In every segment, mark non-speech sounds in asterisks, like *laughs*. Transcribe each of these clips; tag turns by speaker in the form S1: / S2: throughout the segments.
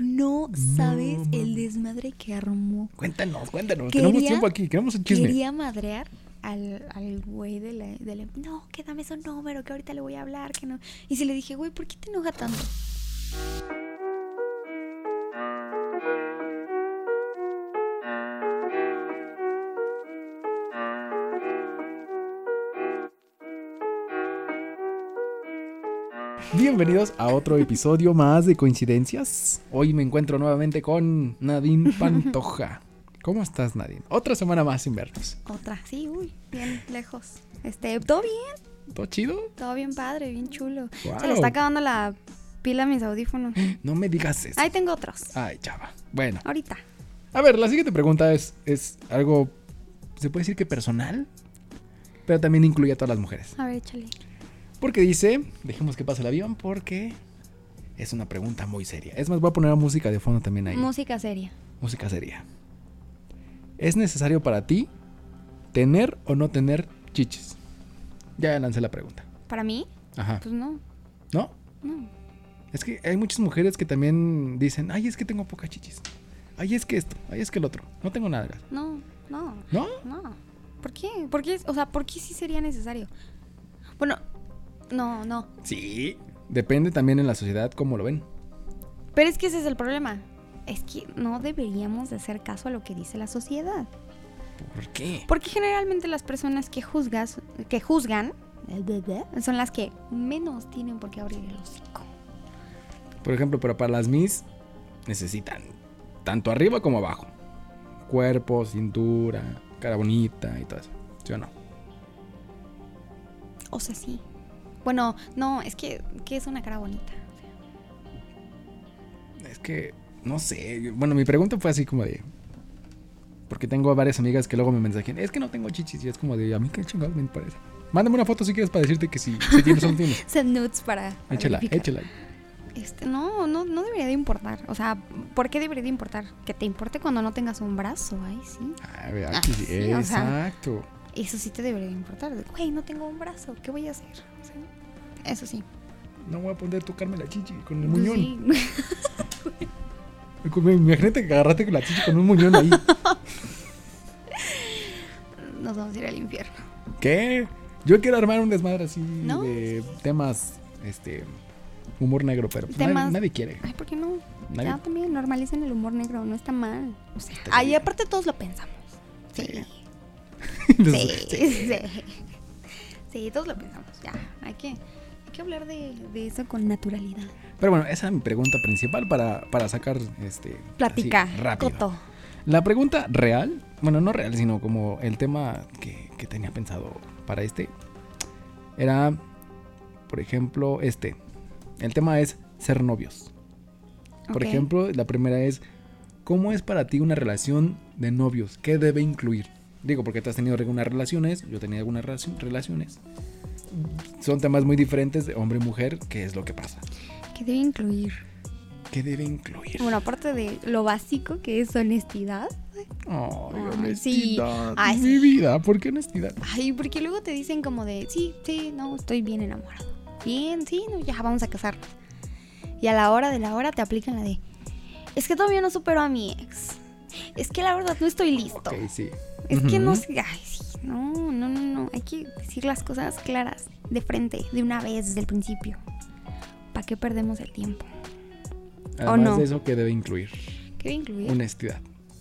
S1: No sabes el desmadre que armó.
S2: Cuéntanos, cuéntanos.
S1: Quería-
S2: Tenemos tiempo aquí, queremos el chisme.
S1: Quería madrear al, al güey de la, de la- No, que dame su número, que ahorita le voy a hablar, que no. Y si le dije, güey, ¿por qué te enoja tanto?
S2: Bienvenidos a otro episodio más de Coincidencias. Hoy me encuentro nuevamente con Nadine Pantoja. ¿Cómo estás, Nadine? Otra semana más sin vernos.
S1: Otra, sí, uy, bien lejos. Este, todo bien,
S2: ¿Todo chido?
S1: todo bien padre, bien chulo. Se
S2: Guau.
S1: le está acabando la pila a mis audífonos.
S2: No me digas eso.
S1: Ahí tengo otros.
S2: Ay, chava. Bueno,
S1: Ahorita.
S2: a ver, la siguiente pregunta es, es algo, se puede decir que personal, pero también incluye a todas las mujeres.
S1: A ver, échale.
S2: Porque dice, dejemos que pase el avión porque es una pregunta muy seria. Es más, voy a poner música de fondo también ahí.
S1: Música seria.
S2: música seria. ¿Es necesario para ti tener o no tener chichis? Ya lancé la pregunta.
S1: Para mí,
S2: Ajá.
S1: pues no,
S2: ¿No?
S1: no.
S2: Es que hay muchas mujeres que también dicen, ay, es que tengo pocas chichis. Ay, es que esto, ay, es que el otro. No tengo nada.
S1: No, no,
S2: ¿No?
S1: no. ¿Por qué? ¿Por qué? es- O sea, ¿por qué sí sería necesario? Bueno, no, no.
S2: Sí. Depende también en la sociedad cómo lo ven.
S1: Pero es que ese es el problema. Es que no deberíamos de hacer caso a lo que dice la sociedad.
S2: ¿Por qué?
S1: Porque generalmente las personas que juzgas, que juzgan, son las que menos tienen por qué abrir el hocico.
S2: Por ejemplo, pero para las mis necesitan tanto arriba como abajo. Cuerpo, cintura, cara bonita y todo eso. ¿Sí o no?
S1: O sea, sí. Bueno, no, es que, que es una cara bonita. *laughs*
S2: Es que, no sé. Bueno, mi pregunta fue así como de. Porque tengo varias amigas que luego me mensajean. Es que no tengo chichis. Y es como de, a mí qué chingados me parece. Mándame una foto si quieres para decirte que sí. Si tienes o
S1: *laughs*
S2: no tienes.
S1: Send nudes para. para
S2: Échala,
S1: verificar.
S2: échala.
S1: Este, no, no, no debería de importar. O sea, ¿por qué debería de importar? Que te importe cuando no tengas un brazo, ahí sí.
S2: A ver,
S1: Ah,
S2: aquí sí.
S1: sí, o sea.
S2: Exacto.
S1: Eso sí te debería de importar. De, Güey, no tengo un brazo, ¿qué voy a hacer? O sea, eso sí.
S2: No voy a poder tocarme la chichi con el
S1: Pues
S2: muñón.
S1: sí. *laughs*
S2: Como- Imagínate que agarraste con la chichi con un
S1: *laughs*
S2: muñón ahí.
S1: Nos vamos a ir al infierno.
S2: ¿Qué? Yo quiero armar un desmadre así
S1: No.
S2: de temas, este, humor negro, pero pues, nadie-
S1: Temas-
S2: nadie, quiere.
S1: Ay, ¿por qué no?
S2: Nadie-
S1: Ya
S2: *laughs*
S1: también normalicen el humor negro, no está mal. O sea,
S2: Está
S1: ahí
S2: bien.
S1: aparte todos lo pensamos. Sí, pues, sí,
S2: Entonces,
S1: sí. Sí, todos lo pensamos. Ya, hay que, hay que hablar de, de eso con naturalidad.
S2: Pero bueno, esa es mi pregunta principal para, para sacar este. así,
S1: Platicar,
S2: rápido.
S1: Coto.
S2: La pregunta real, bueno, no real, sino como el tema que, que tenía pensado para este, era, por ejemplo, este. El tema es ser novios. Por
S1: Ok.
S2: ejemplo, la primera es, ¿cómo es para ti una relación de novios? ¿Qué debe incluir? Digo, porque tú has tenido algunas relaciones, yo tenía algunas relaci- relaciones. Son temas muy diferentes de hombre y mujer, ¿qué es lo que pasa?
S1: ¿Qué debe incluir?
S2: ¿Qué debe incluir?
S1: Bueno, aparte de lo básico que es honestidad.
S2: Oh,
S1: Ay, sí.
S2: honestidad.
S1: Ay,
S2: Mi vida, ¿por qué honestidad?
S1: Ay, porque luego te dicen como de, sí, sí, no, estoy bien enamorado. Bien, sí, no, ya vamos a casarnos. Y a la hora de la hora te aplican la de, es que todavía no supero a mi ex. Es que la verdad no estoy listo.
S2: Ok, sí.
S1: Es que no
S2: Ujú.
S1: sé, ay, sí, no, no, no, no. Hay que decir las cosas claras, de frente, de una vez, desde el principio. ¿Para qué perdemos el tiempo?
S2: Además
S1: no?
S2: de eso, ¿qué debe incluir?
S1: ¿Qué debe incluir?
S2: Honestidad,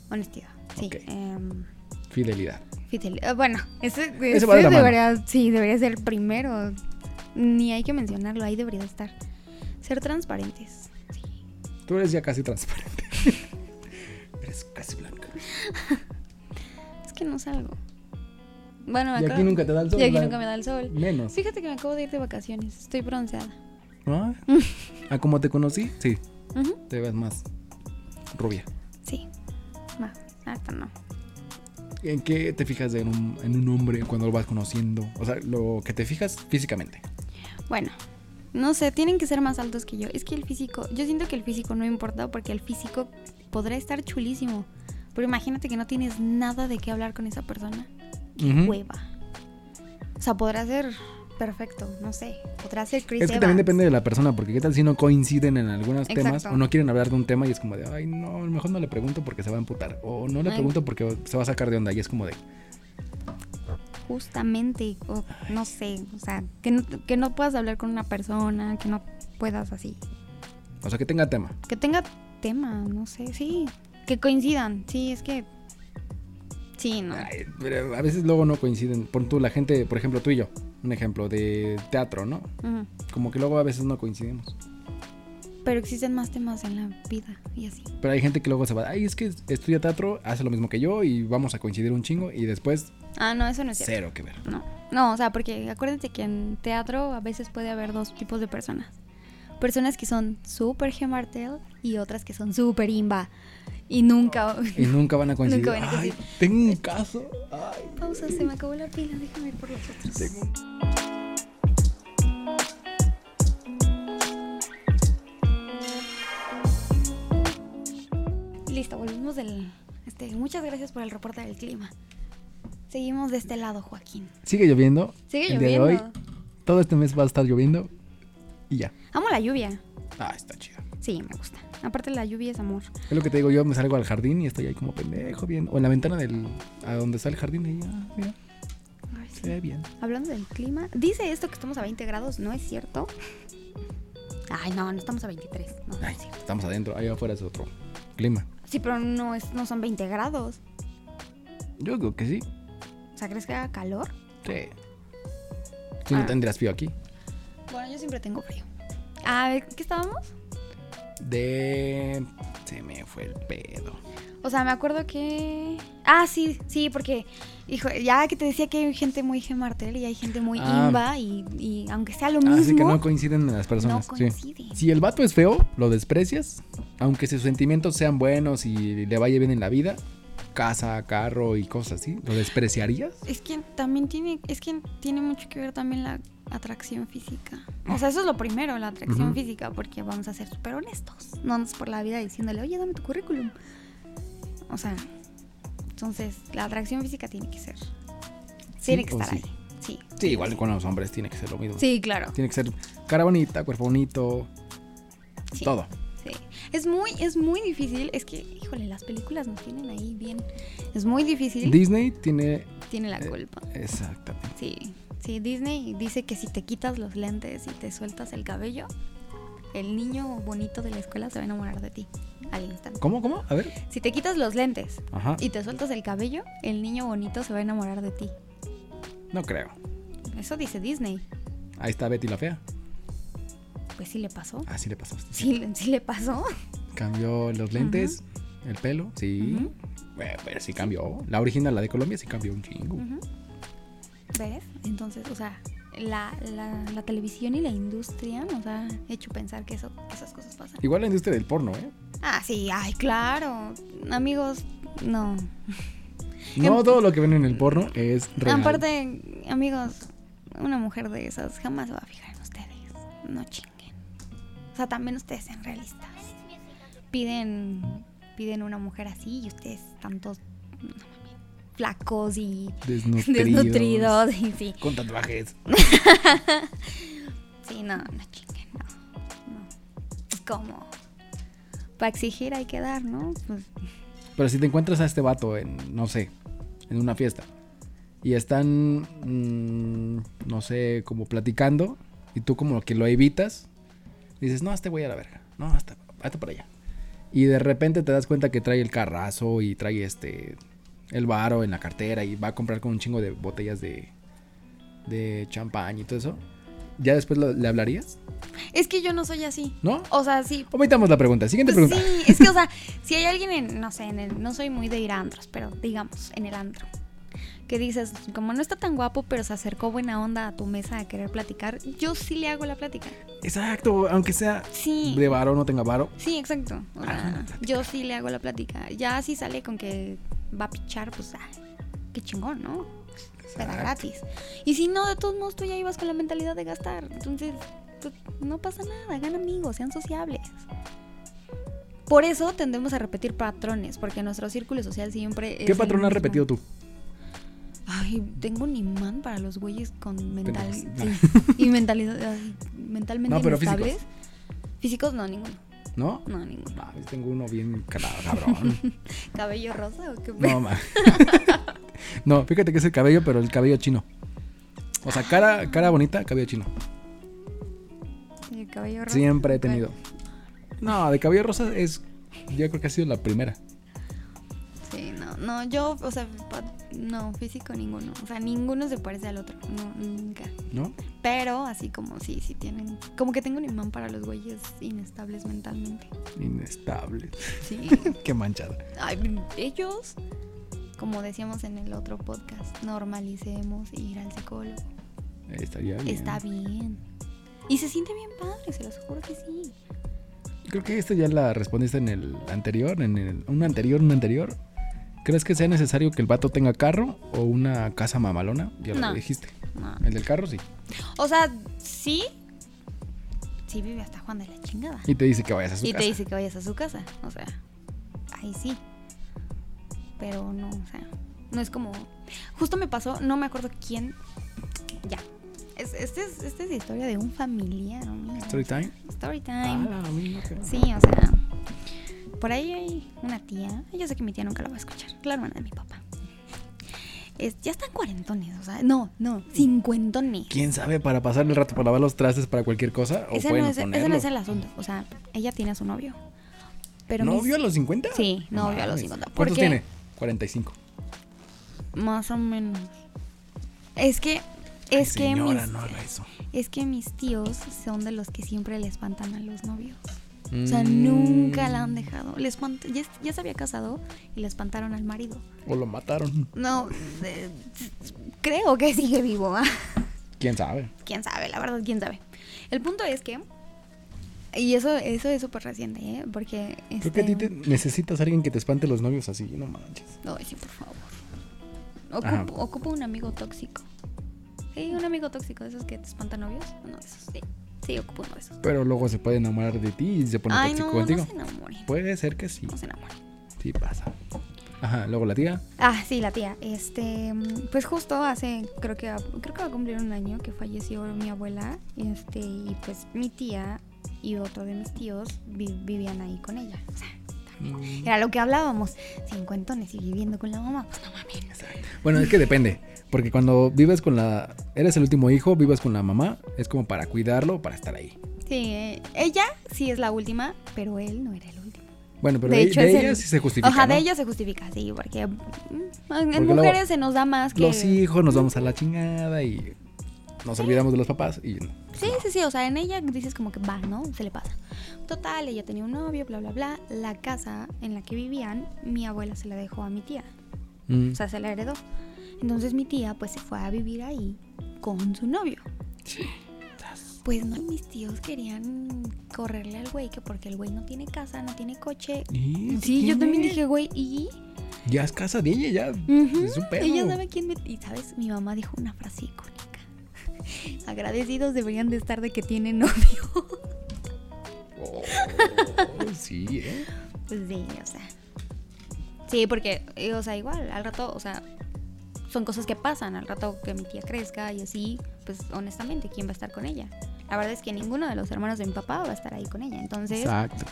S1: Honestidad. Sí.
S2: Ok.
S1: em,
S2: fidelidad.
S1: Fidel- eh, Bueno, ese,
S2: Ese
S1: ese
S2: va de la mano.
S1: debería, sí, debería ser primero. Ni hay que mencionarlo, ahí debería estar. Ser transparentes.
S2: Tú eres ya casi transparente. *laughs* eres casi blanca.
S1: Es que no salgo. Bueno, me
S2: Y aquí
S1: acabo-
S2: nunca te da el sol.
S1: y aquí
S2: ¿verdad?
S1: nunca me da el sol.
S2: Menos.
S1: Fíjate que me acabo de ir de vacaciones, estoy bronceada.
S2: ¿Ah? ¿A cómo te conocí? Sí,
S1: Ujú,
S2: te ves más rubia.
S1: Sí. Va, hasta no.
S2: ¿En qué te fijas en un, en un hombre cuando lo vas conociendo? O sea, lo que te fijas físicamente.
S1: Bueno, no sé, tienen que ser más altos que yo. Es que el físico, yo siento que el físico no importa porque el físico podrá estar chulísimo. Pero imagínate que no tienes
S2: ¿Mm?
S1: nada de qué hablar con esa persona.
S2: Ujú.
S1: hueva. O sea, podrá ser perfecto, no sé. Podrá ser Chris
S2: es que también
S1: Evans.
S2: depende de la persona, porque qué tal si no coinciden en algunos temas
S1: Exacto.
S2: o no quieren hablar de un tema y es como de, ay, no, mejor no le pregunto porque se va a emputar. O no le
S1: Ay.
S2: pregunto porque se va a sacar de onda y es como de,
S1: Justamente, o no sé, o sea, que no, que no puedas hablar con una persona, que no puedas así.
S2: o sea, que tenga tema.
S1: Que tenga tema, no sé, sí. Que coincidan, sí, es que... Sí, no.
S2: Ay, pero a veces luego no coinciden. Pon tú, la gente, por ejemplo, tú y yo, un ejemplo de teatro, ¿no?
S1: Ujú.
S2: Como que luego a veces no coincidimos.
S1: Pero existen más temas en la vida y así.
S2: Pero hay gente que luego se va, ay, es que estudia teatro, hace lo mismo que yo y vamos a coincidir un chingo y después
S1: Ah, no, eso no es cierto.
S2: cero que ver.
S1: No, no, o sea, porque acuérdate que en teatro a veces puede haber dos tipos de personas. Personas que son súper gemartel y otras que son súper imba. Y nunca...
S2: Y nunca van a coincidir.
S1: Nunca van a coincidir.
S2: Ay, tengo un caso. Ay,
S1: *laughs* Pausa, se me acabó la pila, déjame ir por los otros.
S2: tengo
S1: Listo, volvimos del... Este, muchas gracias por el reporte del clima. Seguimos de este lado, Joaquín.
S2: Sigue lloviendo.
S1: Sigue
S2: el
S1: lloviendo.
S2: Día de hoy, todo este mes va a estar lloviendo. Y ya.
S1: Amo la lluvia.
S2: Ah, está chido.
S1: Sí, me gusta. Aparte la lluvia es amor.
S2: Es lo que te digo, yo me salgo al jardín y estoy ahí como pendejo, bien. O en la ventana del. a donde está el jardín y ya, mira,
S1: Ay, sí.
S2: se ve bien.
S1: Hablando del clima, dice esto que estamos a 20 grados, ¿no es cierto? Ay, no, no estamos a 23. No, no
S2: Ay,
S1: es cierto.
S2: estamos adentro, ahí afuera es otro clima.
S1: Sí, pero no, es, no son 20 grados.
S2: Yo digo que sí.
S1: O sea, ¿crees que haga calor?
S2: Sí. Tú no
S1: Ah.
S2: tendrás frío aquí.
S1: Bueno, yo siempre tengo frío. Ah, ¿qué estábamos?
S2: De. Se me fue el pedo.
S1: O sea, me acuerdo que... Ah, sí, sí, porque, hijo, ya que te decía que hay gente muy gemartel y hay gente muy
S2: Ah.
S1: imba y, y aunque sea lo
S2: Ah,
S1: mismo,
S2: Así que no
S1: no,
S2: coinciden las personas. sí.
S1: coincide.
S2: Si el vato es feo, lo desprecias. Aunque sus sentimientos sean buenos y le vaya bien en la vida, casa, carro y cosas así, ¿lo despreciarías?
S1: Es que también tiene, es que tiene mucho que ver también la atracción física. O sea, eso es lo primero, la atracción
S2: Ujú.
S1: física, porque vamos a ser súper honestos. No andas por la vida diciéndole, oye, dame tu currículum. O sea, entonces la atracción física tiene que ser. tiene que
S2: o
S1: estar
S2: sí?
S1: ahí. Sí.
S2: Sí, igual con los hombres tiene que ser lo mismo.
S1: Sí, claro.
S2: Tiene que ser cara bonita, cuerpo bonito,
S1: Sí,
S2: todo.
S1: sí. Es muy, es muy difícil. Es que, híjole, las películas nos tienen ahí bien. Es muy difícil.
S2: Disney tiene.
S1: tiene la
S2: eh,
S1: culpa.
S2: Exactamente.
S1: Sí, sí, Disney dice que si te quitas los lentes y te sueltas el cabello, el niño bonito de la escuela se va a enamorar de ti al instante.
S2: ¿Cómo, cómo? A ver.
S1: Si te quitas los lentes
S2: Ajá.
S1: y te sueltas el cabello, el niño bonito se va a enamorar de ti.
S2: No creo.
S1: Eso dice Disney.
S2: Ahí está Betty la fea.
S1: Pues sí le pasó.
S2: Así le pasó.
S1: Sí, le- sí le pasó.
S2: Cambió los lentes, el pelo, sí.
S1: Ujú.
S2: Bueno, pero sí cambió. La original, la de Colombia, sí cambió un chingo.
S1: Ujú. ¿Ves? Entonces, o sea, la, la- la televisión y la industria nos ha hecho pensar que eso, que esas cosas pasan.
S2: Igual la industria del porno, ¿eh?
S1: Ah, sí, ay, claro. Amigos, no.
S2: No
S1: Em-
S2: todo lo que ven en el porno es real.
S1: Aparte, amigos, una mujer de esas jamás se va a fijar en ustedes. No chinguen. O sea, también ustedes sean realistas. Piden, piden una mujer así y ustedes tantos no mames, flacos y *laughs*
S2: Desnutridos.
S1: desnutridos. Y sí,
S2: Con tatuajes.
S1: sí, no, no chinguen, no. no. Es como, para exigir hay que dar, ¿no? Pues,
S2: Pero si te encuentras a este vato en, no sé, en una fiesta. Y están, mm, no sé, como platicando. Y tú como que lo evitas. Dices, no, este güey a la verga. No, hasta, hasta para allá. Y de repente te das cuenta que trae el carrazo y trae este, el varo en la cartera. Y va a comprar con un chingo de botellas de, de champán y todo eso. ¿Ya después lo- le hablarías?
S1: es que yo no soy así.
S2: ¿No?
S1: O sea, sí,
S2: Omitamos la pregunta. Siguiente
S1: Pues
S2: pregunta.
S1: sí, es que, o sea, *laughs* si hay alguien en, no sé, en el, no soy muy de ir a antros, pero digamos, en el antro, que dices, como no está tan guapo, pero se acercó buena onda a tu mesa a querer platicar, yo sí le hago la plática.
S2: Exacto, aunque sea
S1: Sí.
S2: de Ah, varo, no tenga varo.
S1: Sí, exacto. O sea,
S2: Ajá, la plática.
S1: yo sí le hago la plática. Ya si sale con que va a pichar, pues, ah, qué chingón, ¿no? Te da
S2: Exacto.
S1: gratis. Y si no, de todos modos, tú ya ibas con la mentalidad de gastar. Entonces, tú- no pasa nada. Hagan amigos, sean sociables. Por eso tendemos a repetir patrones, porque nuestro círculo social siempre es.
S2: ¿Qué
S1: el
S2: patrón
S1: mismo.
S2: has repetido tú?
S1: Ay, tengo un imán para los güeyes con mental.
S2: Pendejos.
S1: sí, y mentalidad, ay, mentalmente
S2: No, pero
S1: inestables. Físicos, no, ninguno.
S2: ¿No?
S1: No, ninguno.
S2: No, yo tengo uno bien cala- cabrón.
S1: ¿Cabello rosa o qué? *laughs*
S2: No, ma. no, fíjate que es el cabello, pero el cabello chino. O sea, cara, cara bonita, cabello chino.
S1: El cabello rosa.
S2: Siempre he tenido. No, de cabello rosa es. Yo creo que ha sido la primera.
S1: Sí, no, no, yo, o sea, pa- no, físico ninguno. O sea, ninguno se parece al otro. No, nunca.
S2: ¿No?
S1: Pero así como sí, sí tienen. Como que tengo un imán para los güeyes inestables mentalmente.
S2: Inestable. *laughs*
S1: Sí.
S2: Qué manchada.
S1: Ay, ellos, como decíamos en el otro podcast, normalicemos ir al psicólogo.
S2: Eh, Estaría bien.
S1: Está bien. Y se siente bien padre, se los juro que sí.
S2: Creo que esta ya la respondiste en el anterior, en el, un anterior, un anterior. ¿Crees que sea necesario que el vato tenga carro o una casa mamalona? Ya lo
S1: No.
S2: dijiste.
S1: No.
S2: El del carro sí.
S1: O sea, sí. Sí vive hasta Juan de la chingada.
S2: Y te dice que vayas a su
S1: Y
S2: casa.
S1: te dice que vayas a su casa. O sea, ahí sí. Pero no, o sea, no es como. Justo me pasó, no me acuerdo quién. Ya. Es, este es, esta es la historia de un familiar. amigo.
S2: Story time.
S1: Story
S2: Ah,
S1: time.
S2: la misma que-
S1: Sí, o sea. Por ahí hay una tía. Yo sé que mi tía nunca la va a escuchar. La hermana de mi papá. Es, ya están cuarentones, o sea. No, no, cincuentones.
S2: ¿Quién sabe para pasar el rato para lavar los trastes para cualquier cosa? ¿O
S1: Ese
S2: pueden
S1: no, es, ese
S2: ponerlo?
S1: no es el asunto. O sea, ella tiene a su novio. Pero mis-
S2: ¿Novio a los 50?
S1: Sí, novio a los
S2: Mames.
S1: 50,
S2: ¿Cuántos
S1: porque-
S2: tiene? 45.
S1: Más o menos. Es que. Es que,
S2: Señora,
S1: mis,
S2: no haga eso.
S1: es que mis tíos son de los que siempre le espantan a los novios. O sea,
S2: Mm.
S1: nunca la han dejado. Le espant- ya, es- ya se había casado y le espantaron al marido.
S2: O lo mataron.
S1: No, eh, creo que sigue vivo. ¿ah? *laughs*
S2: ¿Quién sabe?
S1: Quién sabe, la verdad, quién sabe. El punto es que. Y eso, eso es súper reciente, ¿eh? Porque.
S2: Creo que a ti
S1: este,
S2: te necesitas alguien que te espante los novios así. No manches.
S1: Ay, sí, por favor.
S2: Ajá.
S1: Ocupo, ocupo un amigo tóxico. Sí, un amigo tóxico, de esos que te espantan novios. Uno de esos, sí. Sí, ocupo uno de esos.
S2: Pero luego se puede enamorar de ti y se pone
S1: Ay,
S2: tóxico
S1: no,
S2: contigo.
S1: no se enamoren.
S2: Puede ser que sí.
S1: No se enamoren.
S2: Sí pasa. Ajá, luego la tía.
S1: Ah, sí, la tía. Este, mm, pues justo hace, creo que, creo que va a cumplir un año que falleció mi abuela. Este, y pues mi tía y otro de mis tíos vi- vivían ahí con ella. O sea, era lo que hablábamos. Cincuentones y viviendo con la mamá, pues no mames.
S2: Bueno, es que depende. Porque cuando vives con la. Eres el último hijo, vives con la mamá. Es como para cuidarlo, para estar ahí.
S1: Sí, eh, ella sí es la última, pero él no era el último.
S2: Bueno, pero de,
S1: hecho,
S2: de
S1: es el-
S2: ella sí se justifica.
S1: Ajá, de
S2: ¿no?
S1: ella se justifica, sí, porque mm, en
S2: Porque
S1: mujeres
S2: luego
S1: se nos da más que.
S2: Los hijos nos vamos a la chingada y nos olvidamos de los papás y no.
S1: Sí, sí, sí, o sea, en ella dices como que va, ¿no? Se le pasa. Total, ella tenía un novio, bla, bla, bla. La casa en la que vivían, mi abuela se la dejó a mi tía,
S2: Mm.
S1: o sea, se la heredó. Entonces mi tía, pues, se fue a vivir ahí con su novio. Pues no, mis tíos querían correrle al güey, que porque el güey no tiene casa, no tiene coche.
S2: Y-
S1: Sí, yo
S2: ¿tiene?
S1: también dije, güey, ¿y?
S2: Ya es casa de ella, ya.
S1: Ujú,
S2: Es un pedo.
S1: Ella sabe quién me... Y sabes, mi mamá dijo una frase icónica. *laughs* Agradecidos deberían de estar de que tienen novio.
S2: Oh, sí, ¿eh?
S1: *laughs* Pues sí, o sea. Sí, porque, eh, o sea, igual, al rato, o sea, son cosas que pasan. Al rato que mi tía crezca y así, pues honestamente, ¿quién va a estar con ella? La verdad es que ninguno de los hermanos de mi papá va a estar ahí con ella. Entonces,
S2: Exacto.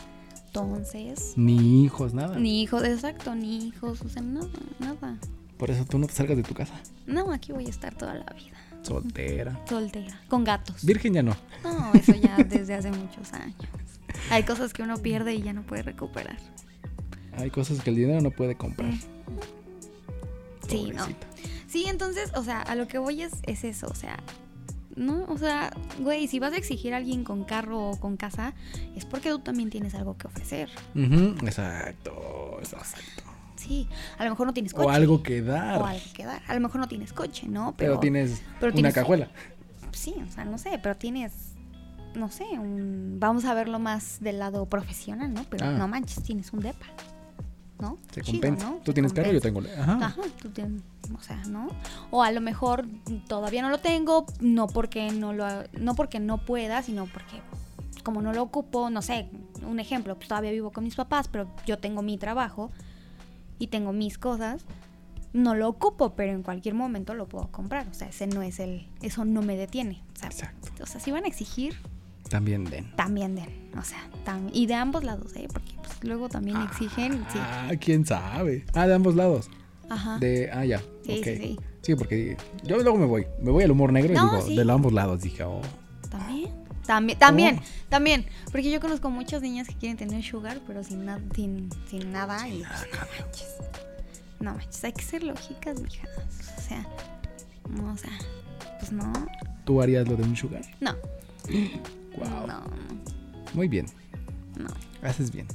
S1: entonces...
S2: Ni hijos, nada.
S1: Ni hijos, exacto, ni hijos, o sea, nada, nada.
S2: Por eso tú no te salgas de tu casa.
S1: No, aquí voy a estar toda la vida,
S2: Soltera.
S1: soltera, con gatos.
S2: Virgen ya no.
S1: No, eso ya desde hace muchos años. Hay cosas que uno pierde y ya no puede recuperar.
S2: Hay cosas que el dinero no puede comprar.
S1: Sí, no.
S2: Pobrecita.
S1: Sí, entonces, o sea, a lo que voy es, es eso, o sea, no, o sea, güey, si vas a exigir a alguien con carro o con casa, es porque tú también tienes algo que ofrecer.
S2: Ujú, Exacto, exacto.
S1: Sí, a lo mejor no tienes coche.
S2: O algo que
S1: o
S2: dar.
S1: algo que dar. A lo mejor no tienes coche, ¿no?
S2: Pero, tienes
S1: pero
S2: una
S1: tienes-
S2: cajuela.
S1: Sí, o sea, no sé, pero tienes, no sé, un, vamos a verlo más del lado profesional, ¿no? Pero
S2: Ah.
S1: no manches, tienes un depa, ¿no?
S2: Se
S1: Chido,
S2: compensa.
S1: ¿no?
S2: Tú tienes carro, yo
S1: Compensa.
S2: tengo. Ajá.
S1: Ajá, tú te- o sea, ¿no? O a lo mejor todavía no lo tengo, no porque no lo ha- no porque no pueda, sino porque como no lo ocupo, no sé, un ejemplo, pues todavía vivo con mis papás, pero yo tengo mi trabajo y tengo mis cosas. no lo ocupo, pero en cualquier momento lo puedo comprar. O sea, ese no es el, eso no me detiene. O sea,
S2: Exacto.
S1: o sea si van a exigir,
S2: También den.
S1: también den. O sea, tam- y de ambos lados, ¿eh? Porque pues, luego también exigen. Mm, Sí.
S2: Ah, quién sabe. Ah, de ambos lados.
S1: Ajá.
S2: De, ah, ya.
S1: Sí,
S2: ok.
S1: sí, sí.
S2: Sí, porque yo luego me voy. Me voy al humor negro
S1: No,
S2: y digo,
S1: sí.
S2: de los ambos lados. Dije, oh.
S1: También. También, también, también, porque yo conozco muchas niñas que quieren tener sugar, pero sin, nada sin, sin nada. y pues, no manches. No manches, hay que ser lógicas, mija. O sea, no, o sea, pues no.
S2: ¿Tú harías lo de un sugar?
S1: No,
S2: Wow.
S1: no,
S2: Muy bien.
S1: no.
S2: Haces bien.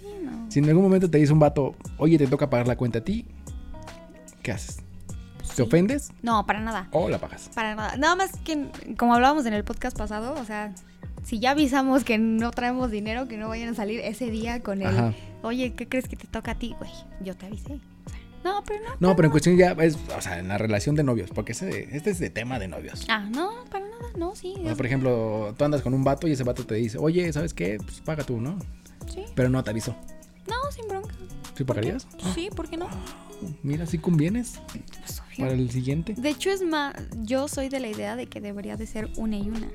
S1: Sí, no.
S2: Si en algún momento te dice un vato, oye, te toca pagar la cuenta a ti, ¿qué haces?
S1: Sí.
S2: ¿Te ofendes
S1: No, para nada.
S2: o la pagas?
S1: Para nada. Nada más que, como hablábamos en el podcast pasado, o sea, si ya avisamos que no traemos dinero, que no vayan a salir ese día con el,
S2: Ajá.
S1: oye, ¿qué crees que te toca a ti, güey? Yo te avisé. O sea, no, pero no.
S2: No, pero en cuestión ya es, o sea, en la relación de novios, porque ese- este es de tema de novios.
S1: Ah, no, para nada. No, sí.
S2: O sea, por ejemplo, tú andas con un vato y ese vato te dice, oye, ¿sabes qué? Pues paga tú, ¿no?
S1: Sí.
S2: Pero no te avisó.
S1: No, sin bronca.
S2: ¿Sí pagarías?
S1: Sí, ¿por qué no?
S2: Mira, sí convienes
S1: Pues, obvio.
S2: para el siguiente.
S1: De hecho, es más, yo soy de la idea de que debería de ser una y una.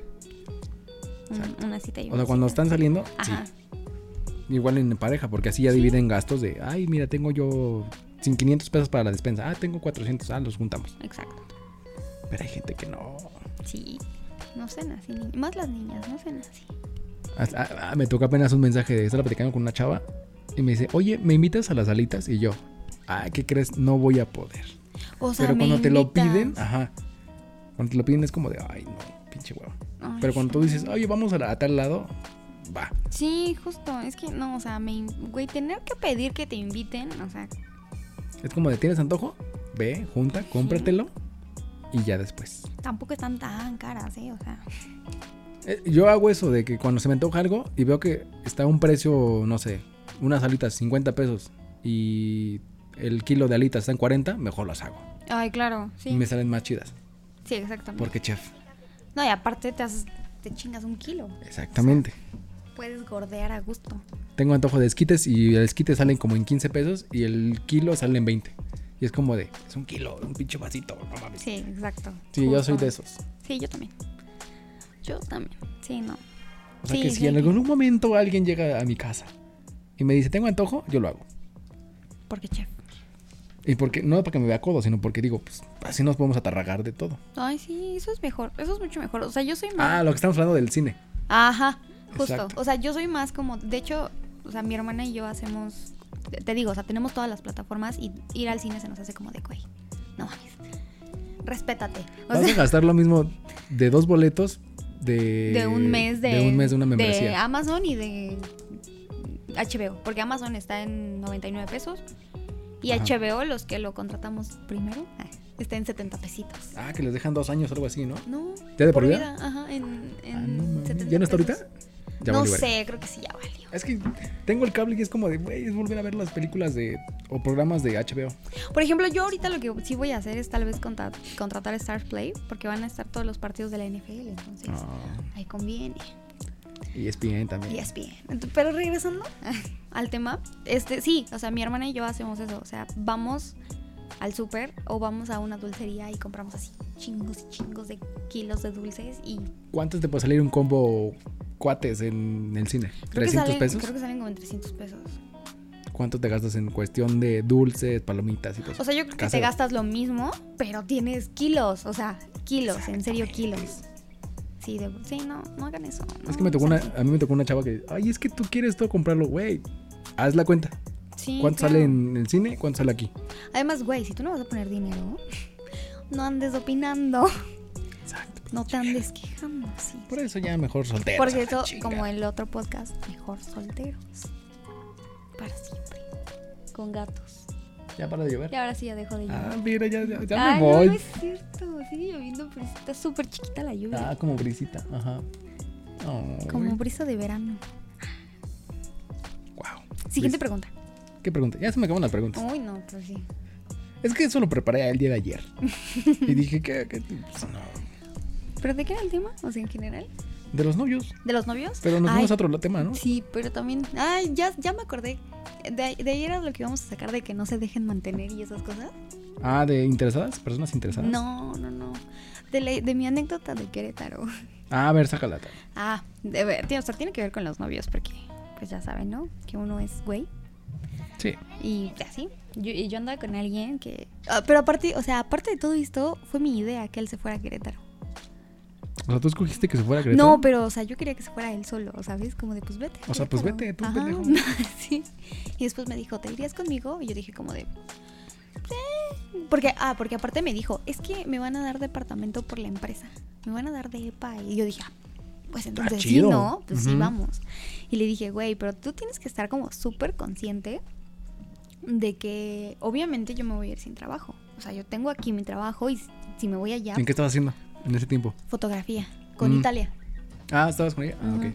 S1: Un- una cita y una.
S2: O sea, cuando
S1: cita.
S2: están saliendo,
S1: Ajá.
S2: sí. Igual en pareja, porque así ya dividen gastos de, ay, mira, tengo yo sin 500 pesos para la despensa. Ah, tengo 400. Ah, los juntamos.
S1: Exacto.
S2: Pero hay gente que no.
S1: Sí. No sean así, ni- más las niñas, no sean así.
S2: Ah, ah, ah, me tocó apenas un mensaje de estaba platicando con una chava y me dice, oye, ¿me invitas a las alitas? Y yo, ah, ¿qué crees? No voy a poder.
S1: O sea,
S2: Pero
S1: me
S2: cuando te lo
S1: invitas.
S2: piden, ajá. Cuando te lo piden es como de, ay, no, pinche huevo.
S1: Ay,
S2: Pero cuando tú dices, oye, vamos a, la- a tal lado, va.
S1: Sí, justo. Es que no, o sea, me, in- güey, tener que pedir que te inviten, o sea,
S2: Es como de, ¿tienes antojo? Ve, junta, cómpratelo y ya después.
S1: tampoco están tan caras, ¿eh? O sea,
S2: Eh, Yo hago eso de que cuando se me antoja algo y veo que está a un precio, no sé, unas alitas 50 pesos y el kilo de alitas está en 40, mejor las hago.
S1: ay, claro, sí.
S2: Y me salen más chidas.
S1: Sí, exactamente.
S2: Porque chef,
S1: No, y aparte te, haces- te chingas un kilo.
S2: exactamente.
S1: Puedes gordear a gusto.
S2: Tengo antojo de esquites y el esquite salen como en 15 pesos y el kilo sale en 20. Y es como de, es un kilo, un pinche vasito, no mames.
S1: Sí, exacto.
S2: Sí, yo soy
S1: Justo.
S2: de esos.
S1: Sí, yo también. Yo también. Sí, no.
S2: O sea
S1: Sí,
S2: que
S1: sí,
S2: si en
S1: sí.
S2: algún momento alguien llega a mi casa y me dice, tengo antojo, yo lo hago.
S1: Porque chef.
S2: Y porque, no porque me vea codo, sino porque digo, pues así nos podemos atarragar de todo.
S1: Ay, sí, eso es mejor. Eso es mucho mejor. O sea, yo soy
S2: Ah,
S1: más.
S2: lo que estamos hablando del cine.
S1: Ajá, justo.
S2: Ah. Exacto.
S1: O sea, yo soy más como. De hecho, o sea, mi hermana y yo hacemos. te- Te digo, o sea, tenemos todas las plataformas y ir al cine se nos hace como de güey. No mames. Respétate. O
S2: Vas
S1: sea, *laughs*
S2: a gastar lo mismo de dos boletos de...
S1: de un mes de,
S2: un mes Eh, de una
S1: de
S2: membresía.
S1: Amazon y de HBO, porque Amazon está en 99 pesos y
S2: Ajá.
S1: HBO, los que lo contratamos primero, ah, está en 70 pesitos.
S2: Ah, que les dejan dos años o algo así, ¿no?
S1: No.
S2: ¿Ya de por vida?
S1: Ajá, en, en
S2: Ah, no mames.
S1: 70
S2: ¿Ya no está
S1: pesos.
S2: ahorita? Ya
S1: no
S2: valió verga.
S1: sé, creo que sí ya valió.
S2: Es que tengo el cable y es como de, güey, es volver a ver las películas de... o programas de HBO.
S1: Por ejemplo, yo ahorita lo que sí voy a hacer es tal vez contra- contratar a Stars Play porque van a estar todos los partidos de la NFL, entonces
S2: Ah.
S1: ahí conviene.
S2: y E ESPN también.
S1: Y es bien. Ent- Pero regresando al tema, este sí, o sea, mi hermana y yo hacemos eso, o sea, vamos al súper o vamos a una dulcería y compramos así chingos y chingos de kilos de dulces y
S2: ¿Cuántos te puede salir un combo cuates en el cine?
S1: creo que
S2: ¿300
S1: salen
S2: pesos?
S1: creo que salen como en 300 pesos.
S2: ¿Cuánto te gastas en cuestión de dulces, palomitas y todo eso?
S1: O sea, yo creo que te
S2: Casero.
S1: gastas lo mismo, pero tienes kilos, o sea, kilos, en serio kilos. Sí, de- sí, no, no hagan eso.
S2: Es
S1: no,
S2: que me tocó
S1: o
S2: una,
S1: sea,
S2: a mí me tocó una chava que, ay, es que tú quieres todo comprarlo, güey. Haz la cuenta.
S1: sí,
S2: ¿Cuánto
S1: claro.
S2: sale en el cine? ¿Cuánto sale aquí?
S1: Además, güey, si tú no vas a poner dinero, no andes opinando, *laughs*
S2: Exacto.
S1: no te andes quejando, sí.
S2: Por eso ya mejor Ah, soltero.
S1: Porque eso, como el otro podcast, mejor solteros. Para siempre. Con gatos.
S2: Ya para de llover.
S1: Y ahora sí ya dejó de llover.
S2: Ah, mira, ya, ya, ya
S1: Ay,
S2: me voy.
S1: No, no es cierto. Sigue lloviendo, pero está súper chiquita la lluvia.
S2: Ah, como brisita. Ajá. Ay,
S1: Como brisa de verano.
S2: guau.
S1: Siguiente
S2: Bris-
S1: pregunta.
S2: ¿Qué pregunta? Ya se me acaban las preguntas.
S1: Uy, no, pues sí.
S2: Es que eso lo preparé el día de
S1: *laughs*
S2: ayer. y dije, ¿qué? qué pues, no.
S1: ¿Pero de qué era el tema? O sea, en general.
S2: De los novios.
S1: ¿De los novios?
S2: Pero nos
S1: Ay,
S2: vamos a otro tema, ¿no?
S1: Sí, pero también. Ay, ya, ya me acordé. De, de ahí era lo que íbamos a sacar de que no se dejen mantener y esas cosas.
S2: Ah, de interesadas, personas interesadas.
S1: No, no, no. De, la- de mi anécdota de Querétaro.
S2: Ah, a ver, sácala. tal.
S1: Ah, de ver, tiene- o sea, tiene que ver con los novios porque, pues ya saben, ¿no? Que uno es güey.
S2: Sí.
S1: Y así. Yo, y yo andaba con alguien que... Ah, pero aparte, o sea, aparte de todo esto, fue mi idea que él se fuera a Querétaro.
S2: O sea, tú escogiste que se fuera a Querétaro?
S1: No, pero, o sea, yo quería que se fuera él solo, ¿sabes? Como de, pues vete. a
S2: O sea, pues
S1: Querétaro.
S2: vete, tú,
S1: Ajá,
S2: pendejo.
S1: *laughs* sí. Y después me dijo, ¿te irías conmigo? Y yo dije como de... "Eh". Porque, ah, porque aparte me dijo, es que me van a dar departamento por la empresa. Me van a dar de EPA. Y yo dije, "Ah, pues entonces sí,
S2: chido.
S1: ¿no? Pues sí,
S2: Ujú.
S1: vamos. Y le dije, güey, pero tú tienes que estar como súper consciente de que obviamente yo me voy a ir sin trabajo. O sea, yo tengo aquí mi trabajo y si- si me voy allá,
S2: ¿En qué estabas haciendo en ese tiempo?
S1: fotografía con
S2: Mm.
S1: Italia.
S2: Ah, estabas con ella. Ah,
S1: Ujú.
S2: ok.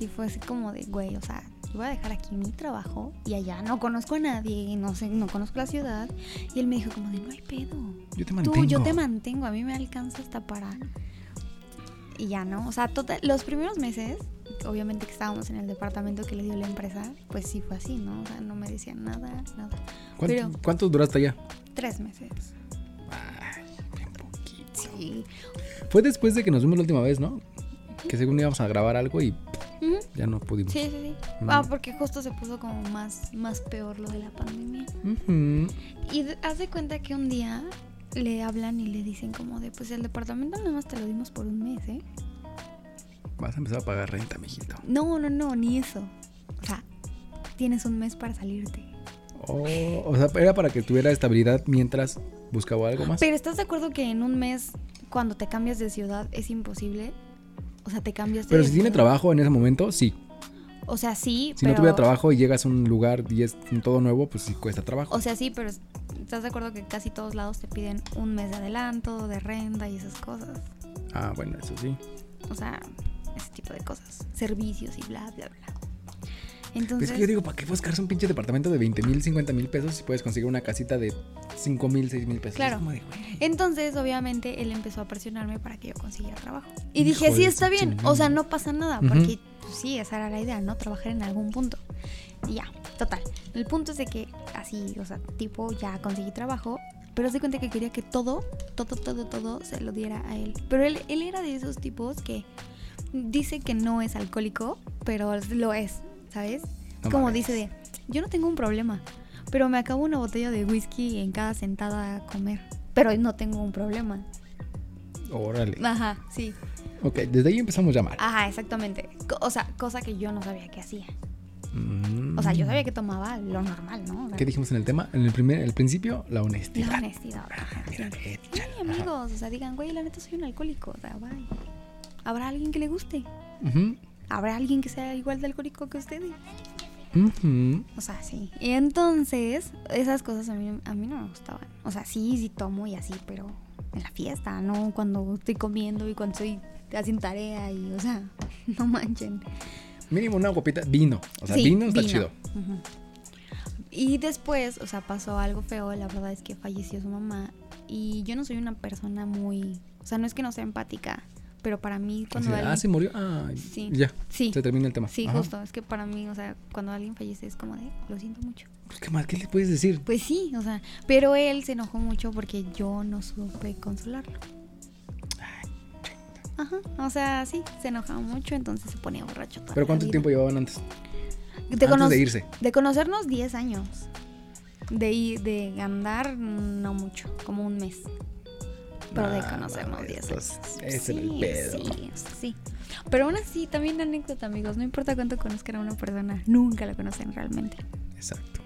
S1: Y fue así como de, güey, o sea, yo voy a dejar aquí mi trabajo y allá no conozco a nadie, no sé, no conozco la ciudad. Y él me dijo como de, no hay pedo.
S2: Yo te
S1: Tú,
S2: mantengo.
S1: yo te mantengo, a mí me alcanza hasta para... Y ya, ¿no? O sea, total- los primeros meses, obviamente que estábamos en el departamento que le dio la empresa, pues sí fue así, ¿no? O sea, no me decían nada, nada.
S2: ¿Cuánto,
S1: pero-
S2: cuánto duraste allá?
S1: Tres meses.
S2: Ay, bien poquito.
S1: Sí.
S2: Fue después de que nos vimos la última vez, ¿no? Que según íbamos a grabar algo y
S1: Ujú.
S2: ya no pudimos.
S1: Sí, sí, sí.
S2: Mm.
S1: Ah, porque justo se puso como más, más peor lo de la pandemia.
S2: Ujú.
S1: Y d- haz de cuenta que un día le hablan y le dicen como de, pues el departamento nada más te lo dimos por un mes, ¿eh?
S2: Vas a empezar a pagar renta, mijito.
S1: No, no, no, ni eso. O sea, tienes un mes para salirte.
S2: Oh, o sea, era para que tuviera estabilidad mientras buscaba algo más.
S1: Pero ¿estás de acuerdo que en un mes, cuando te cambias de ciudad, es imposible? O sea, te cambias de
S2: Pero si tiene
S1: ciudad.
S2: trabajo en ese momento, sí.
S1: O sea, sí,
S2: Si
S1: pero...
S2: no tuviera trabajo y llegas a un lugar y es todo nuevo, pues sí cuesta trabajo.
S1: O sea, sí, pero ¿estás de acuerdo que casi todos lados te piden un mes de adelanto, de renta y esas cosas?
S2: Ah, bueno, eso sí.
S1: O sea, ese tipo de cosas. Servicios y bla, bla, bla.
S2: Pero
S1: Entonces...
S2: es que yo digo, ¿para qué buscarse un pinche departamento de 20 mil, 50 mil pesos si puedes conseguir una casita de 5 mil, 6 mil pesos?
S1: Claro.
S2: Es como de, güey.
S1: Entonces, obviamente, él empezó a presionarme para que yo consiguiera trabajo. Y
S2: Hijo
S1: dije, sí,
S2: de
S1: está
S2: su
S1: bien.
S2: chingada.
S1: O sea, no pasa nada,
S2: Ujú.
S1: porque pues, sí, esa era la idea, ¿no? Trabajar en algún punto. Y ya, total. El punto es de que así, o sea, tipo, ya conseguí trabajo, pero se cuenta que quería que todo, todo, todo, todo se lo diera a él. Pero él, él era de esos tipos que dice que no es alcohólico, pero lo es, ¿sabes?
S2: No
S1: Como
S2: mames.
S1: dice de, yo no tengo un problema, pero me acabo una botella de whisky en cada sentada a comer. Pero no tengo un problema.
S2: Órale.
S1: Ajá, sí.
S2: Ok, desde ahí empezamos ya mal.
S1: Ajá, exactamente. Co- O sea, cosa que yo no sabía que hacía. Ah.
S2: Mm.
S1: O sea, yo sabía que tomaba lo normal, ¿no? O sea,
S2: ¿Qué dijimos en el tema? En el primer, el principio, la honestidad. Ah,
S1: La honestidad. ajá,
S2: Mira,
S1: sí.
S2: échala.
S1: Sí, amigos, o sea, digan, güey, la neta soy un alcohólico. O sea, bye. Habrá alguien que le guste.
S2: Ujú,
S1: Habrá alguien que sea igual de alcohólico que ustedes.
S2: ujú.
S1: O sea, sí. Y entonces, esas cosas a mí, a mí no me gustaban. O sea, sí, sí tomo y así, pero en la fiesta, ¿no? Cuando estoy comiendo y cuando estoy haciendo tarea y, o sea, *laughs* no manchen.
S2: Mínimo una copita. Vino. O sea,
S1: Sí,
S2: vino está chido.
S1: Ujú. Y después, o sea, pasó algo feo. La verdad es que falleció su mamá. Y yo no soy una persona muy. O sea, no es que no sea empática, pero para mí,
S2: Así
S1: cuando
S2: de, ah,
S1: alguien.
S2: se murió. Ay,
S1: Sí.
S2: ya.
S1: Sí.
S2: Se termina el tema.
S1: Sí,
S2: Ajá.
S1: justo. Es que para mí, o sea, cuando alguien fallece es como de, lo siento mucho.
S2: Pues, ¿Qué más? ¿Qué le puedes decir?
S1: Pues sí, o sea, pero él se enojó mucho porque yo no supe consolarlo. Ajá, o sea, sí, se enojaba mucho, entonces se ponía borracho toda
S2: ¿Pero
S1: la
S2: cuánto
S1: vida.
S2: tiempo llevaban antes?
S1: de
S2: antes
S1: cono-
S2: de irse.
S1: de conocernos 10 años. De, ir- de andar, no mucho, como un mes. Pero de
S2: Ah,
S1: conocernos
S2: mames,
S1: 10 años.
S2: estos- Ese era el pedo.
S1: Sí, sí. Pero aún así, también anécdota, amigos. No importa cuánto conozcan a una persona, nunca la conocen realmente.
S2: Exacto.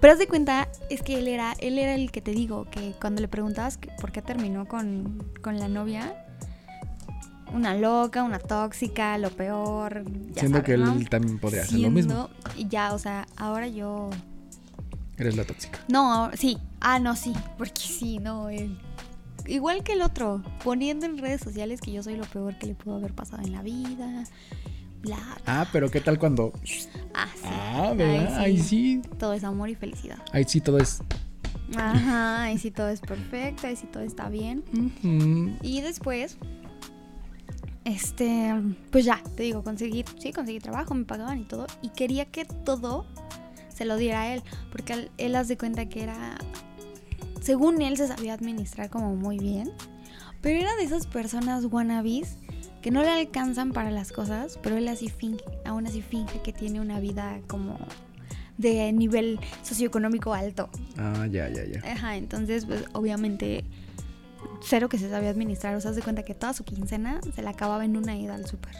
S1: Pero haz de cuenta, es que él era, él era el que te digo, que cuando le preguntabas que por qué terminó con, con la novia, una loca, una tóxica, lo peor, ya
S2: Siendo
S1: sabes,
S2: que
S1: ¿no?
S2: él también podría hacer lo mismo.
S1: Siendo- Y ya, o sea, ahora yo...
S2: Eres la tóxica.
S1: No, ahora- sí, ah, no, sí, porque sí, no, él... Igual que el otro, poniendo en redes sociales que yo soy lo peor que le pudo haber pasado en la vida, bla,
S2: Ah, pero ¿qué tal cuando.?
S1: ah, sí.
S2: Ah, ¿verdad? Ahí sí.
S1: Todo es amor y felicidad.
S2: Ahí sí todo es.
S1: Ajá, y si todo es perfecto, y si todo está bien.
S2: ujú.
S1: Y después, este, pues ya, te digo, conseguí, sí, conseguí trabajo, me pagaban y todo. Y quería que todo se lo diera a él, porque él, él haz de cuenta que era, según él se sabía administrar como muy bien, pero era de esas personas wannabes que no le alcanzan para las cosas, pero él así finge, aún así finge que tiene una vida como de nivel socioeconómico alto.
S2: Ah, ya, ya, ya.
S1: Ajá, entonces pues obviamente cero que se sabía administrar, o sea, se cuenta que toda su quincena se la acababa en una ida al súper.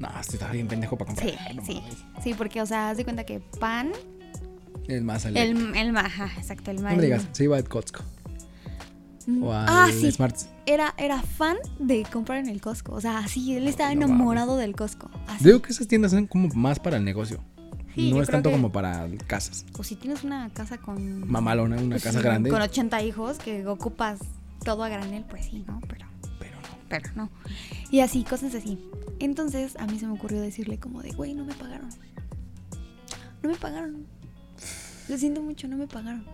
S2: No, este estaba bien pendejo para comprar.
S1: Sí,
S2: No
S1: sí,
S2: mames.
S1: sí, porque o sea, haz de cuenta que pan,
S2: El más al
S1: el, el ma- ajá, exacto, el
S2: No
S1: mal.
S2: me digas, se iba al Costco.
S1: Mm,
S2: O al
S1: ah, sí.
S2: Smart.
S1: Era, era fan de comprar en el Costco. O sea, sí, él estaba
S2: No mames.
S1: enamorado del Costco. Así.
S2: Digo que esas tiendas son como más para el negocio.
S1: Sí, yo
S2: no es
S1: creo
S2: tanto
S1: que-
S2: como para casas.
S1: O si tienes una casa con.
S2: Mamalona, una
S1: pues,
S2: casa
S1: sí,
S2: grande.
S1: Con 80 hijos que ocupas todo a granel, pues sí, ¿no? Pero,
S2: Pero no.
S1: pero no. Y así, cosas así. Entonces, a mí se me ocurrió decirle, como de, güey, no me pagaron. No me pagaron. Lo siento mucho, no me pagaron.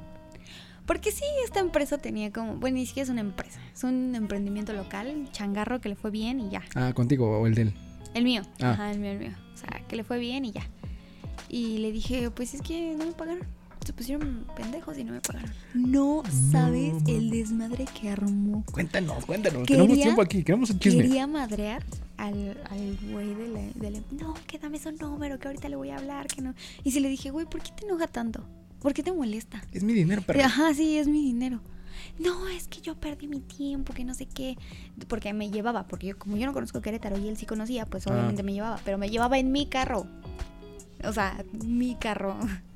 S1: Porque sí, esta empresa tenía como. Bueno, ni siquiera es una empresa. Es un emprendimiento local, un changarro que le fue bien y ya.
S2: Ah, contigo o el de él.
S1: El mío.
S2: Ah.
S1: Ajá, el mío, el mío. O sea, que le fue bien y ya. Y le dije, pues es que no me pagaron. Se pusieron pendejos y no me pagaron. No sabes
S2: mames.
S1: el desmadre que armó.
S2: Cuéntanos, cuéntanos.
S1: Quería-
S2: Tenemos tiempo aquí, queremos el chisme.
S1: Quería madrear al, al güey de la, de la- No, que dame su número, que ahorita le voy a hablar, que no. Y si le dije, güey, ¿por qué te enoja tanto? ¿Por qué te molesta?
S2: Es mi dinero, pero.
S1: Ajá, sí, es mi dinero. No, es que yo perdí mi tiempo, que no sé qué. Porque me llevaba, porque yo, como yo no conozco Querétaro y él sí conocía, pues
S2: Ah.
S1: obviamente me llevaba, pero me llevaba en mi carro. O sea, mi carro. *laughs*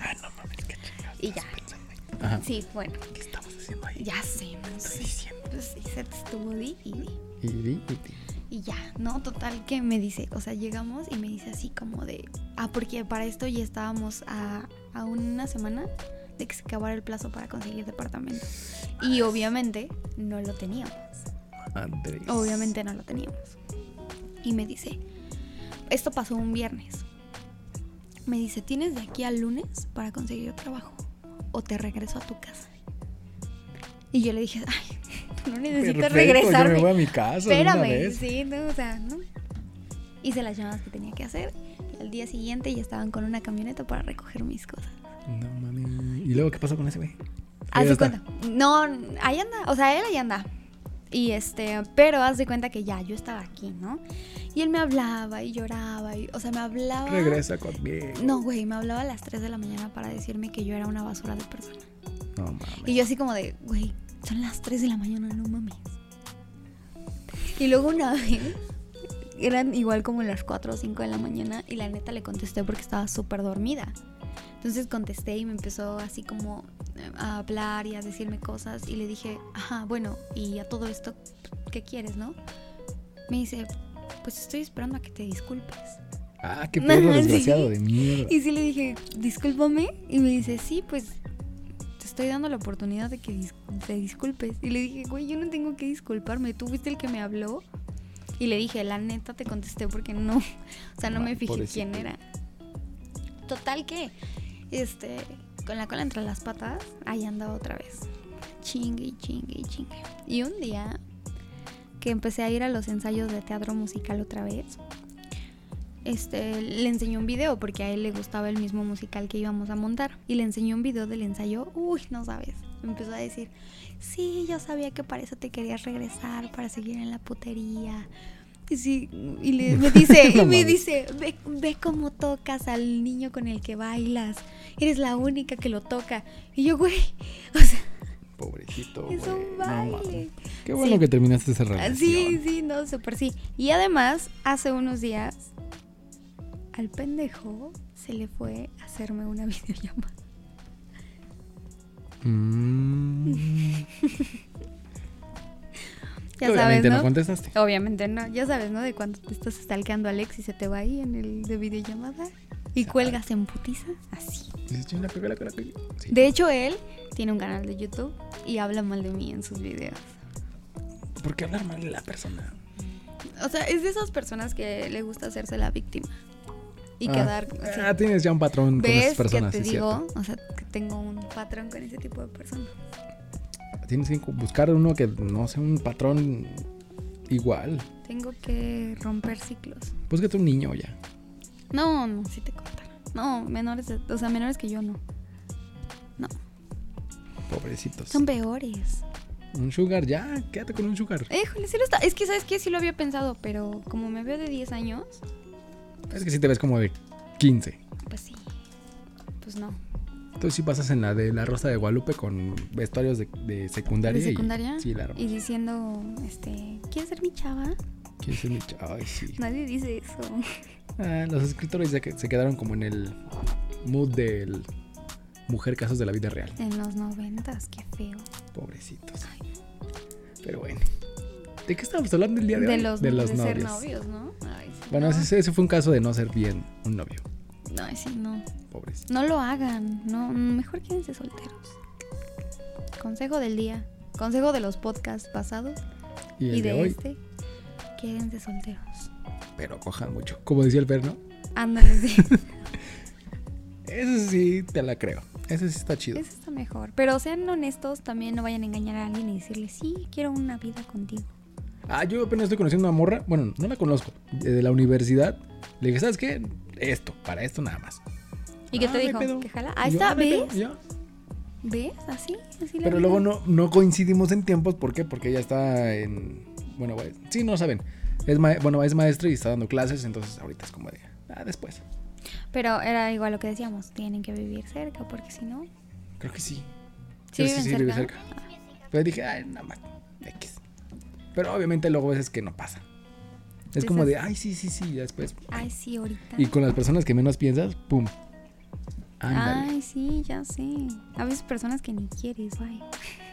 S2: Ah, no mames, qué chingados
S1: Y
S2: estás
S1: ya.
S2: pensando ahí. Ajá.
S1: Sí, bueno,
S2: ¿Qué estamos haciendo ahí?
S1: ya sé, no
S2: Estoy
S1: sé.
S2: diciendo.
S1: Pues sí, se te estuvo di y di.
S2: Y di, y di.
S1: Y ya, ¿no? Total que me dice, o sea, llegamos y me dice así como de, ah, porque para esto ya estábamos a, a una semana de que se acabara el plazo para conseguir departamento. Y obviamente no lo teníamos,
S2: Andrés.
S1: obviamente no lo teníamos. Y me dice, esto pasó un viernes. Me dice, tienes de aquí al lunes para conseguir trabajo o te regreso a tu casa. Y yo le dije, ay, *laughs* no necesito
S2: Perfecto,
S1: regresarme.
S2: Yo me voy a mi casa. de una
S1: Espérame,
S2: vez.
S1: sí, no, o sea, no. Hice las llamadas que tenía que hacer y al día siguiente ya estaban con una camioneta para recoger mis cosas.
S2: No mames. ¿Y luego qué pasó con ese güey?
S1: Haz
S2: Ahí
S1: de
S2: está.
S1: cuenta. No, ahí anda, o sea, él ahí anda. Y este, pero haz de cuenta que ya yo estaba aquí, ¿no? Y él me hablaba y lloraba, y, o sea, me hablaba.
S2: Regresa conmigo.
S1: Ah. No, güey, me hablaba a las 3 de la mañana para decirme que yo era una basura de persona.
S2: No mames.
S1: Y yo así como de, güey, son las 3 de la mañana, no mames. Y luego una vez, eran igual como las 4 o 5 de la mañana y la neta le contesté porque estaba súper dormida. Entonces contesté y me empezó así como eh, a hablar y a decirme cosas y le dije, ajá, bueno, y a todo esto, ¿qué quieres, no? Me dice, pues estoy esperando a que te disculpes.
S2: Ah,
S1: *laughs*
S2: qué perro
S1: Ajá, sí.
S2: desgraciado de mierda.
S1: Y sí le dije, discúlpame. Y me dice, sí, pues te estoy dando la oportunidad de que dis- te disculpes. Y le dije, güey, yo no tengo que disculparme. Tú fuiste el que me habló. Y le dije, la neta te contesté porque no. *laughs* O sea, no
S2: Ma-
S1: me fijé
S2: pobrecito.
S1: quién era. Total que, este, con la cola entre las patas, ahí andaba otra vez. Chingue y chingue y chingue. Y un día que empecé a ir a los ensayos de teatro musical otra vez, este, le enseñé un video porque a él le gustaba el mismo musical que íbamos a montar. Y le enseñé un video del ensayo. Uy, no sabes. Me empezó a decir, sí, yo sabía que para eso te querías regresar, para seguir en la putería. Y, sí, y le,
S2: *laughs*
S1: me dice, y
S2: No
S1: me
S2: mames.
S1: dice, ve, ve cómo tocas al niño con el que bailas. Eres la única que lo toca. Y yo, güey, o sea,
S2: Pobrecito.
S1: es
S2: güey.
S1: un
S2: No mames.
S1: baile.
S2: Qué bueno
S1: Sí.
S2: que terminaste esa
S1: Ah,
S2: relación.
S1: Sí, sí, no, súper sí. Y además, hace unos días, al pendejo se le fue a hacerme una *laughs* videollamada.
S2: Mm.
S1: *laughs* Ya
S2: Obviamente no
S1: sabes, ¿no?
S2: contestaste.
S1: Obviamente no, ya sabes, ¿no? De cuando te estás stalkeando a Alex y se te va ahí en el de videollamada y
S2: Ajá.
S1: cuelgas en putiza, así.
S2: Dices, "Chinga, la cagué, la cagué, la cagué". Sí.
S1: De hecho, él tiene un canal de YouTube y habla mal de mí en sus videos.
S2: ¿Por qué hablar mal de la persona?
S1: O sea, es de esas personas que le gusta hacerse la víctima y
S2: Ah.
S1: quedar... sí.
S2: Ah, tienes ya un patrón con esas
S1: ¿Ves
S2: personas,
S1: que te
S2: sí,
S1: digo? O sea, que tengo un patrón con ese tipo de personas.
S2: cierto. Tienes que buscar uno que no sea un patrón igual.
S1: Tengo que romper ciclos.
S2: Búscate un niño ya.
S1: No, no, sí te cortan. No, menores, de- o sea, menores que yo no. No.
S2: Pobrecitos.
S1: Son peores.
S2: Un sugar, ya, quédate con un sugar.
S1: Híjole, sí lo está. Es que, ¿sabes qué? Sí lo había pensado, pero como me veo de 10 años,
S2: Es que si te ves como de 15.
S1: pues sí. Pues no.
S2: Entonces si pasas en la de la Rosa de Guadalupe con vestuarios de, de secundaria.
S1: ¿De
S2: y-
S1: secundaria?
S2: sí, la arma.
S1: Y diciendo, este, ¿quieres ser mi chava?
S2: ¿Quién es el nicho? Ay, sí.
S1: Nadie dice
S2: *laughs*
S1: eso.
S2: Ah, los escritores ya que- se quedaron como en el mood del mujer casos de la vida real.
S1: En los noventas, qué feo.
S2: Pobrecitos. Pero bueno. ¿De qué estábamos hablando el día de,
S1: De
S2: hoy?
S1: los,
S2: de los
S1: de ser
S2: novios.
S1: novios, ¿no? Ay, sí,
S2: Bueno,
S1: no.
S2: ese, ese fue un caso de no ser bien un novio.
S1: Ay, sí, no.
S2: Pobrecito.
S1: No lo hagan. No, mejor quédense solteros. Consejo del día. Consejo de los podcasts pasados
S2: Y el
S1: y
S2: de,
S1: de,
S2: hoy,
S1: este. Quédense solteros.
S2: pero cojan mucho. Como decía el perno.
S1: Ándale,
S2: *laughs*
S1: sí.
S2: Eso sí te la creo. Eso sí está chido.
S1: Eso está mejor. Pero sean honestos, también no vayan a engañar a alguien y decirle, sí, quiero una vida contigo.
S2: Ah, yo apenas estoy conociendo a una morra. Bueno, no la conozco. De de la universidad. Le dije, ¿sabes qué? Esto, para esto nada más.
S1: ¿Y qué
S2: Ah,
S1: te
S2: no hay
S1: dijo?
S2: pedo.
S1: Que jala.
S2: Y
S1: Ahí
S2: yo,
S1: está,
S2: "Ah, no hay
S1: ¿ves?
S2: pedo". Y yo,
S1: ¿Ves? Así, así la
S2: Pero
S1: vida.
S2: luego no, no coincidimos en tiempos. ¿Por qué? Porque ella está en. Bueno, güey, sí, no saben. Es ma- bueno, es maestra y está dando clases. Entonces ahorita es como de. Ah, después.
S1: Pero era igual lo que decíamos, tienen que vivir cerca porque si no...
S2: Creo que sí.
S1: ¿Sí
S2: Creo que
S1: viven
S2: vive
S1: cerca?
S2: Pero dije, ay, nada más. X. Pero obviamente luego a veces que no pasa. Es
S1: Entonces-
S2: como de, ay, sí, sí, sí, ya después.
S1: Ay, sí, ahorita.
S2: Y con las personas que menos piensas, pum. Ándale.
S1: Ah, Ay, sí, ya sé. A veces personas que ni quieres, bye.